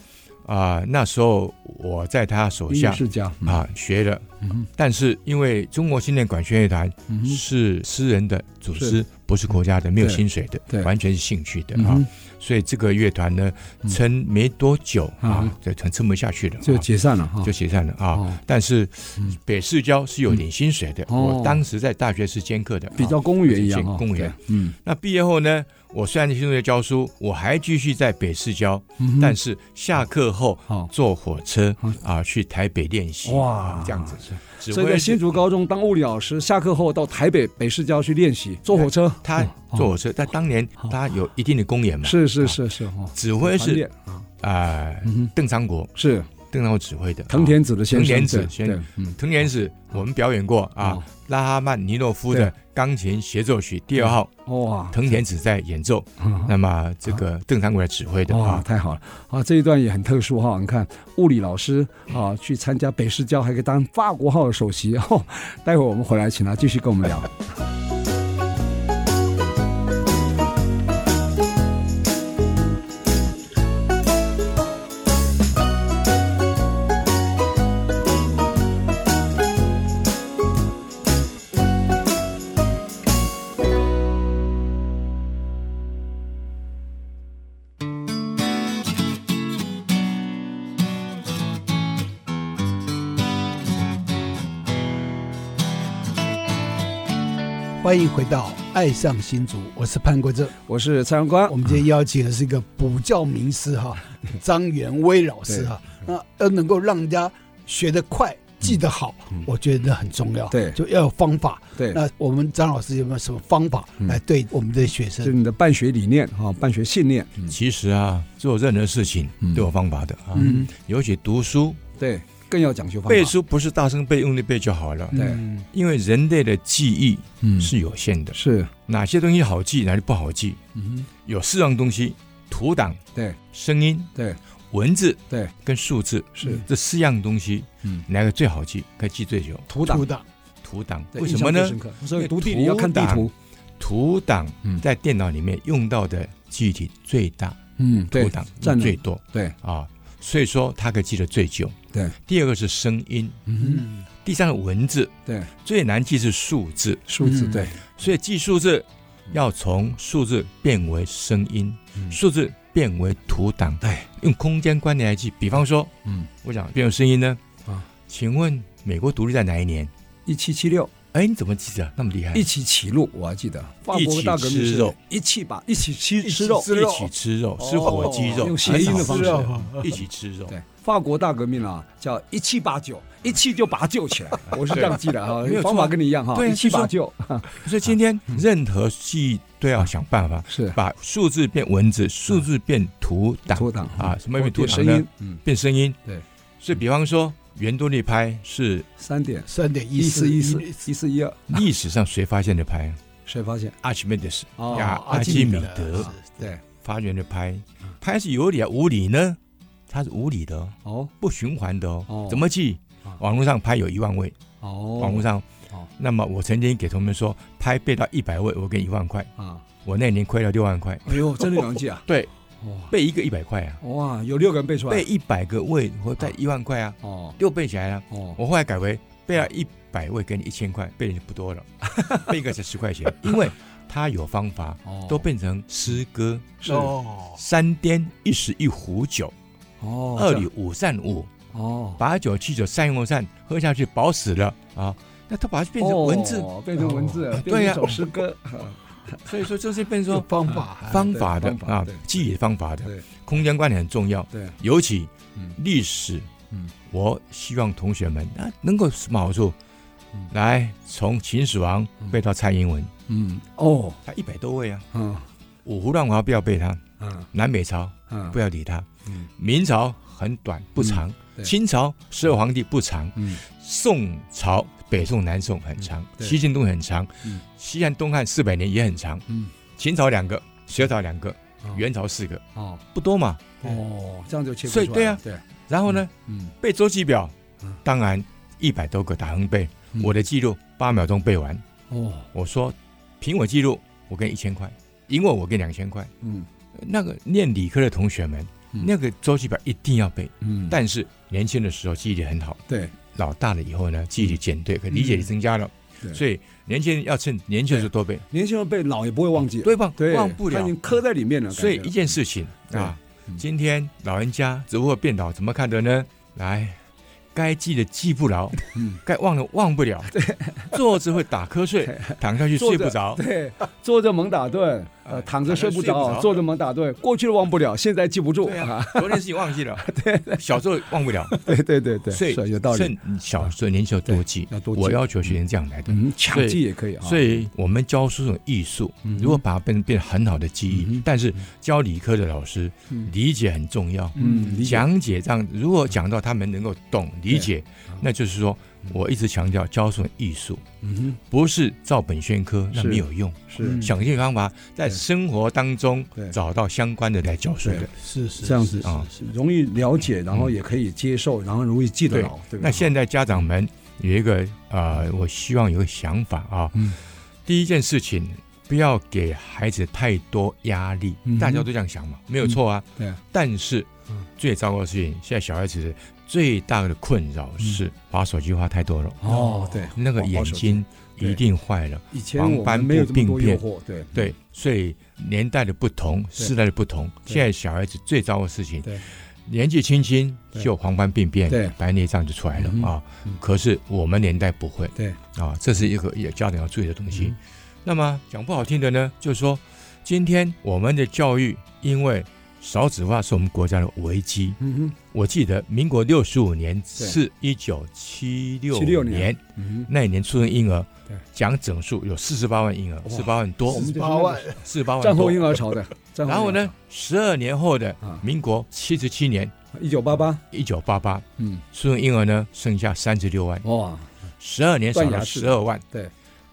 啊、那时候我在他手
音乐
下
世家，
啊学了，
嗯哼
但是因为中国青年管弦乐团
嗯哼
是私人的组织
是，
不是国家的，没有
对
薪水的
对，
完全是兴趣的
嗯
啊
哼，，
所以这个乐团呢
嗯
撑没多久
嗯
啊，就撑撑不下去了，
就
啊
解散了哈，
就解散了啊。
哦，
但是
嗯
北市交是有点薪水的，
嗯哦
我当时在大学是兼课的，
比较
啊
公务员一样
就
哈，
是公务员
对，嗯
那毕业后呢，我虽然去中学教书，我还继续在北市交，
嗯哼，
但是下课后
好。
坐火车
嗯
啊去台北练习，
哇
这样子，指
所以在
挥
新竹高中当物理老师，下课后到台北北市郊去练习，坐火车。
他坐火车，在当年
哦
他有一定的公演嘛，
是是是是哦，
哎指挥
团
是
练啊，
啊
嗯哼
邓昌国，
是
邓昌国指挥的，
藤田子的先生，
藤田子
对
先
对，嗯
藤原子，我们表演过啊
哦，
拉哈曼尼诺夫的钢琴协奏曲第二号，
嗯哇，
藤田子在演奏，
嗯
那么这个邓昌国来指挥的
哇，
啊，
太好了啊！这一段也很特殊哈、你看，物理老师啊，去参加北市交，还可以当法国号的首席。哦、待会儿我们回来，请他继续跟我们聊。
欢迎回到《爱上新竹》，我是潘国正。
我是蔡阳光
啊我，们今天邀请的是一个补教名师哈， 张元威老师哈。那要能够让人家学得快、记得好，我觉得很重要。
嗯对
就要有方法。
对，
那我们张老师有没有什么方法
嗯
来对我们的学
就是
生？
你的办学理念哈、办学信念。嗯
其实啊，做任何事情
嗯
都有方法的啊，
嗯，
尤其读书，
对，更要讲究方法。
背书不是大声背，用力背就好了。
对
嗯
因为人类的记忆
嗯
是有限的，
是，
哪些东西好记，哪些不好记，
嗯
有四样东西：图档、
哼，对
声音、
对
文字、
对，
跟数字。
是
这四样东西，
嗯，
哪个最好记？可以记最久。
图档
图。档
图档
对
为什么？
印象
呢
最？深刻所以读地
因
理
为
要看地
图
图，
图档
嗯
在电脑里面用到的记忆体最大，
嗯，
图
对，
档
占了
最多
对，
啊，所以说它可以记得最久。
对，
第二个是声音，
嗯，
嗯，
第三个文字，
对，
最难记是数字，
数字
嗯
对，
所以记数字要从数字变为声音，
嗯
数字变为图档，
对，
用空间观念来记。比方说，
嗯，
我讲变为声音呢
啊，
请问美国独立在哪一年？
一七七六
哎，你怎么记得那么厉害？
一起起路，我还记得法国大革命
嗯一起
是
吃肉，
一起把一起吃
一起
吃肉，
吃肉
一起吃肉，
哦
吃火鸡肉，哎啊
用谐音的方式
是哦
一起吃肉。
对，法国大革命啊，叫一七八九，一气就把救起来，我是这样记的哈
没有，错
方法跟你一样哈，
对
一气
是说
把救
所以今天
嗯
任何记忆都要想办法
是嗯
把数字变文字，数字变图档
图档
啊，什么变图
声
档呢
音？，嗯，
变声音。
对，
所以比方说原动力拍是
三点
三点
一
一
四
四
一四
四，
一四一二，
历史上谁发现的拍？
谁发现？
阿基米德斯
哦
呀，
阿
阿
基
基
米
米
德啊
德
是
对，
发源的拍，拍是有理啊，无理呢？它是无理的哦，
哦
不循环的
哦
哦。怎么记
啊？
网络上拍有一万位，网络
哦，
上
哦。
那么我曾经给同学们说，拍背到一百位，我给一万块。
啊，
我那年亏了六万块，
哎呦，真的有人记啊，
对，
哇
背一个一百块啊，
哇，有六个人背出来
背，一百个位我带一万块啊，
哦
又背起来了。
哦，
我后来改为背了一百位给你一千块，背的不多了， 背一个才十块钱，因为它有方法，
哦嗯
都变成诗歌。
是
哦，
三颠一石一壶酒，
哦
二里五善五，
哦，
把酒七酒三用膳，喝下去饱死了啊！那它把它变成文字，
哦，变成文字了，
哦
变成
对
一
呀
首诗歌，啊
所以说这是变成
有
说
方法，
方法的
对方法
啊
对，
记忆的方法的
对
空间观念很重要。
对，
尤其
嗯
历史，
嗯
我希望同学们啊能够什么好处？
嗯
来，从秦始皇背到蔡英文，
嗯，哦，
他一百多位啊。
嗯
五胡乱华不要背他，
嗯
南北朝
嗯，
不要理他，
嗯
明朝很短不长，
对
清朝十二皇帝不长，
嗯
宋朝北宋南宋很长，
对
西晋东很长，
嗯
西汉东汉四百年也很长，
嗯，
秦朝两个，隋朝两个，
哦
元朝四个，
哦
不多嘛。
哦，这样就切不出
所
来
以
了，
对啊
对，
然后呢，
嗯
背周期表
嗯，
当然一百多个打横背，
嗯
我的记录八秒钟背完。
哦
我说，凭我记录，我给一千块；赢我，我给两千块。
嗯
那个念理科的同学们，
嗯
那个周期表一定要背。
嗯，
但是年轻的时候记忆力很好，
对
老大了以后呢，记忆力减退，可理解力增加了。
嗯对
所以年轻人要趁年轻的时候多背，
年轻人背老也不会忘记，
对吧？
对，
忘不
他
了
已。经刻在里面了，
所以
感觉
一件事情
对
啊
嗯，
今天老人家如何变老，怎么看的呢？来，该记的记不牢
嗯，
该忘的忘 不了，坐着会打瞌睡，躺下去
坐
睡
着
不着。
对，坐着猛打盹，呃，
哎
躺着睡不
躺着睡不
着，
着
坐着猛打盹，过去忘不了，现在记不住
对啊，，昨天事情忘记了，小时候忘不了，
对对 对对，
所以
是有道理，
趁小时候年轻的时候多记
对要多记
我要求学生这样来的。
嗯，抢记也可以啊，
所以我们教书这种艺术
嗯，
如果把它变变很好的记
嗯
忆
哼，
但是教理科的老师
嗯
理解很重要。
嗯，理解
讲解这样，如果讲到他们能够懂理解
嗯，
那就是说，我一直强调教授艺术
嗯
不是照本宣科，那
是
没有用。
哼是
嗯
想尽方法在
对
生活当中
对
找到相关的来教授
对
的。
是是
这样子
是
啊
是是
容易了解，然后也可以接受，然后容易记得牢，对不对？
那现在家长们有一个呃，我希望有个想法啊
嗯，
第一件事情。不要给孩子太多压力
嗯哼，
大家都这样想嘛，没有错啊。
对啊
但是
嗯
最糟糕的事情，现在小孩子最大的困扰是划手机花太多了。
嗯哦，对，
那个眼睛一定坏了。
以前我们没有这么多诱惑，对
对，所以年代的不同，时代的不同，
对
现在小孩子最糟的事情
对，
年纪轻轻
对
就黄斑病变
对、
白内障就出来
嗯哼
了啊
嗯。
可是我们年代不会
对，
啊，这是一个也家长要注意的东西
嗯。
那么讲不好听的呢，就是说，今天我们的教育因为少子化是我们国家的危机。
嗯
我记得民国六十五年是一九七
76
六
年
年，
哼，嗯哼，
那一年出生婴儿
对
讲整数有四十八万婴儿，
哇
四十八万
我
多，
们
八万
四十八
战
万
后
多
婴。儿 潮的，战
然后呢，十二年后的
啊
民国七十七年
一九八八，
一九八八，
嗯，
出生婴儿呢剩下三十六万，
哇，
十二年少
断
了
崖式
十
的
二万。
对，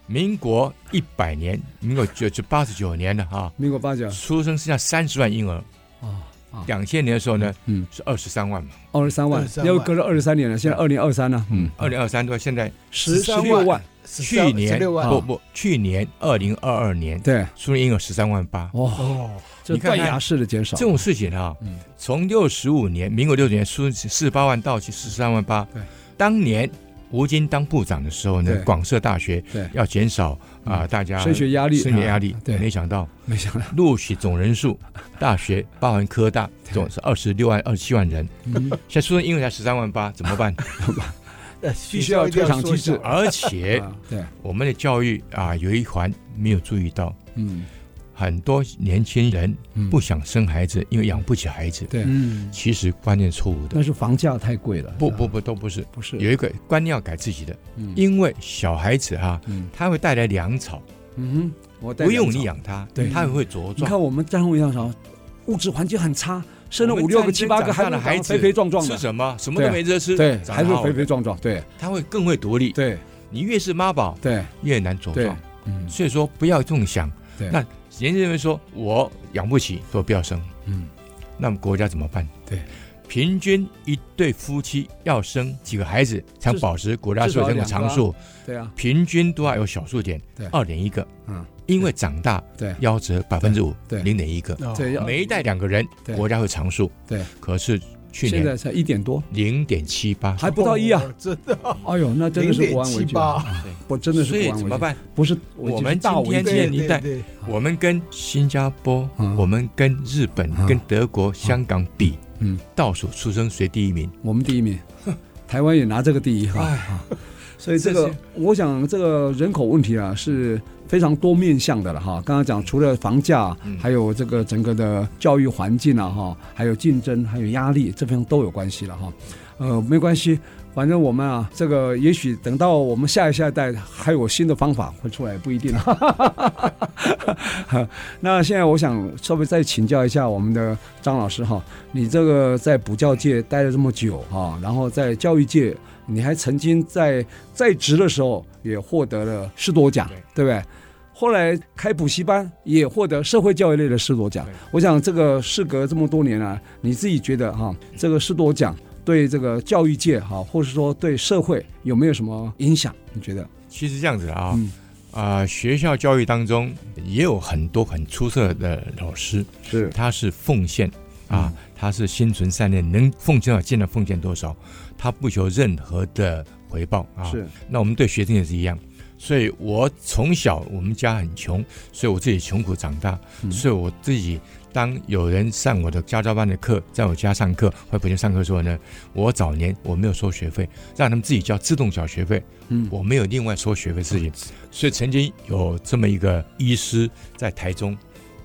民国一百年，民国九就八十九年了哈，
民国八九
出生剩下三十万婴儿。
嗯啊啊，
两千年的时候呢，
嗯，
是二十三万嘛，
二十三万，
23万
要隔了二十三年了，现在二零二三呢，嗯，
二零二三到现在
十
13
六万，
去年
六啊万
不不，去年二零二二年
对，
输赢有十三万八，
哦，
哦，
这
你看
断
看
崖式的减少，
这种事情啊，
嗯
从六十五年，民国六十年输四十八万到去四十三万八
对。
当年吴京当部长的时候呢
对，
广设大学
对嗯
要减少啊、大家
升学压力，
升学压力
啊，对，
没想到
没想到，
录取总人 数，大学包含科大总是二十六万、二十七万人，
嗯
现在苏英英文才十三万八，怎么 办？
呃
必
需
须要
一定
退场
缩
机制
小，
而且
啊对，
我们的教育啊，有一环没有注意到，
嗯，
很多年轻人
嗯
不想生孩子，因为养不起孩子，
对，
嗯，
其实观念错误的。
但是房价太贵了，
不不不，都不是，
不是，
有一个观念要改自己的，
嗯
因为小孩子哈、
嗯
他会带来粮草，
嗯哼，我带
不用啊
两种
你。养他
对，
他会茁
你
壮。
看我们战后一样啥，物质环境很差，生了
我
五
们
六个、
战
七八个，
争长大
还
的孩
能
子
肥肥壮壮
吃
的，
什么？什么都没得吃，
对，
长
还是
大后
肥肥壮壮，对
他会更会独立。
对
你越是妈宝，
对
越难茁
对
壮。，
嗯
所以说不要这么想。
对
那人家认为说我养不起，说不要生，
嗯，
那么国家怎么办？
对，
平均一对夫妻要生几个孩子才
至
保持国家
至少
所称的
两个啊
常数，
对啊，
平均都要有小数点
对，
二点一个。
嗯，
因为长大
对
夭折百分之五，
对
零点一个，
哦
对要
每一代两个人
对，
国家会常数。
对，
可是去
现
年
在才一点多，
零点七八，
还不到一啊！
哦，真的
哎呦，那真的是
零
国安
点七
危机
八，，
我真的是
所
国
以
安
怎
危
么
机，
办？
不是危机
我们
是大危
今
机
天
对
一
对
代
对，
我们跟新加坡
嗯，
我们跟日本
嗯、
跟德国、香港比
嗯，
倒数出生谁第一名？
我们第一名， 台湾也拿这个第一哈。啊所以这个
这是，
我想这个人口问题啊是非常多面向的了哈。刚刚讲除了房价，
嗯
还有这个整个的教育环境啊哈，还有竞争，还有压力，这方面都有关系了哈。呃，没关系，反正我们啊，这个也许等到我们下一下一代还有新的方法会出来，也不一定 啊。那现在我想稍微再请教一下我们的张老师哈，你这个在补教界待了这么久哈，然后在教育界，你还曾经在在职的时候也获得了士多奖，对不对？后来开补习班也获得社会教育类的士多奖
对。
我想这个事隔这么多年啊，你自己觉得哈、这个士多奖对这个教育界哈、或是说对社会有没有什么影响？你觉得？
其实这样子的啊
嗯，
啊，学校教育当中也有很多很出色的老师，
是
他是奉献啊，他是心存善念，能奉献多少尽量奉献多少，他不求任何的回报啊。
是，
那我们对学生也是一样。所以我从小我们家很穷，所以我自己穷苦长大，
嗯
所以我自己当有人上我的家教班的课，在我家上课或不去上课的时候呢，我早年我没有收学费，让他们自己交自动缴学费，
嗯哦
我没有另外收学费事情。所以曾经有这么一个医师在台中，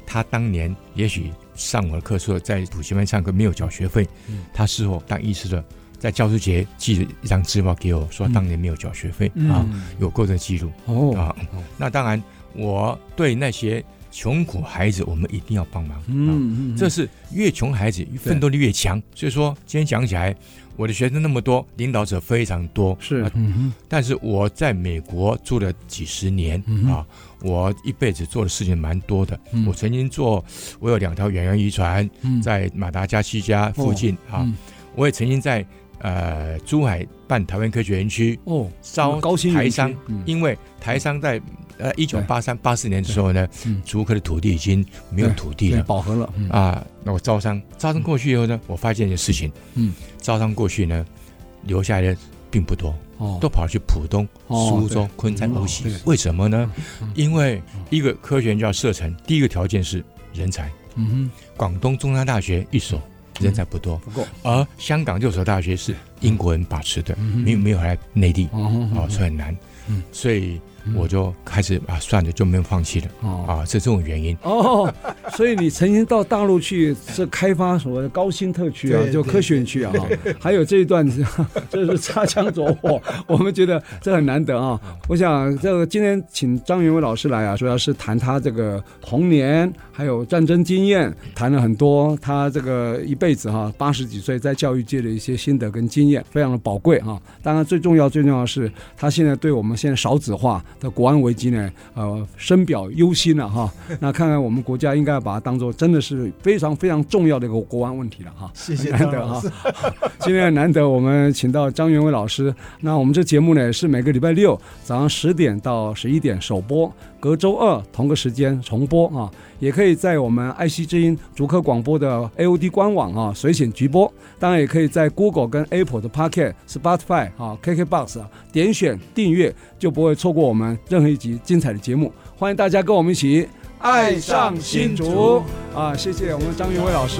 他当年也许上我的课时候在补习班上课没有缴学费，
嗯
他事后当医师的在教师节寄了一张纸报给我，说
嗯
当年没有缴学费、啊，有过这记录
哦
啊。那当然，我对那些穷苦孩子，我们一定要帮忙。啊，
嗯，嗯
这是越穷孩子奋斗力越强。所以说，今天讲起来，我的学生那么多，领导者非常多，
是
啊
嗯
但是我在美国住了几十年、
嗯哼
啊，我一辈子做的事情蛮多的。
嗯
我曾经做，我有两条远洋渔船
嗯
在马达加斯加附近、啊，
嗯
我也曾经在呃珠海办台湾科学园区
哦
招
高薪园区
台商，
嗯
因为台商在呃一九八三八四年的时候呢
嗯，
竹科的土地已经没有土地
对
了。
饱和了，嗯
啊，那我招商，招商过去以后呢，我发现一件事情，
嗯，
招商过去呢，留下来的并不多，
哦
都跑去浦东、
哦
苏州
对、
昆山、
嗯
无锡
对，
为什么呢
嗯？
因为一个科学家射程，第一个条件是人才，
嗯哼
广东中山大学一所
嗯
人才不多，
不够，
而香港六所大学是英国人把持的，
嗯
没有没有来内地，
哦
啊，所以很难
嗯，
所以我就开始啊，算了，就没有放弃了
哦
啊，是这种原因。
哦，所以你曾经到大陆去是开发所谓的高新特区啊，
对
就
对
科学园区啊，还有这一段 这是擦枪走火， 我们觉得这很难得啊。我想这个今天请张云伟老师来啊，主要是谈他这个童年还有战争经验，谈了很多他这个一辈子哈、啊八十几岁在教育界的一些心啊得跟经验，非常的宝贵哈、当然最重要最重要的是他现在对我们现在少子化的国安危机呢，呃，深表忧心了、哈。 那看看我们国家应该要把它当做真的是非常非常重要的一个国安问题了哈。
谢谢
难
张
得啊
老
哈
师，，
今天难得我们请到张元伟老师。那我们这节目呢是每个礼拜六早上十点到十一点首播，隔周二同个时间重播啊，也可以在我们爱惜之音逐客广播的 AOD 官网啊随选直播，当然也可以在 Google 跟 Apple 的 Pocket、Spotify 啊、KKBox 啊点选订阅，就不会错过我们任何一集精彩的节目。欢迎大家跟我们一起爱上新竹啊！谢谢我们张元伟老师。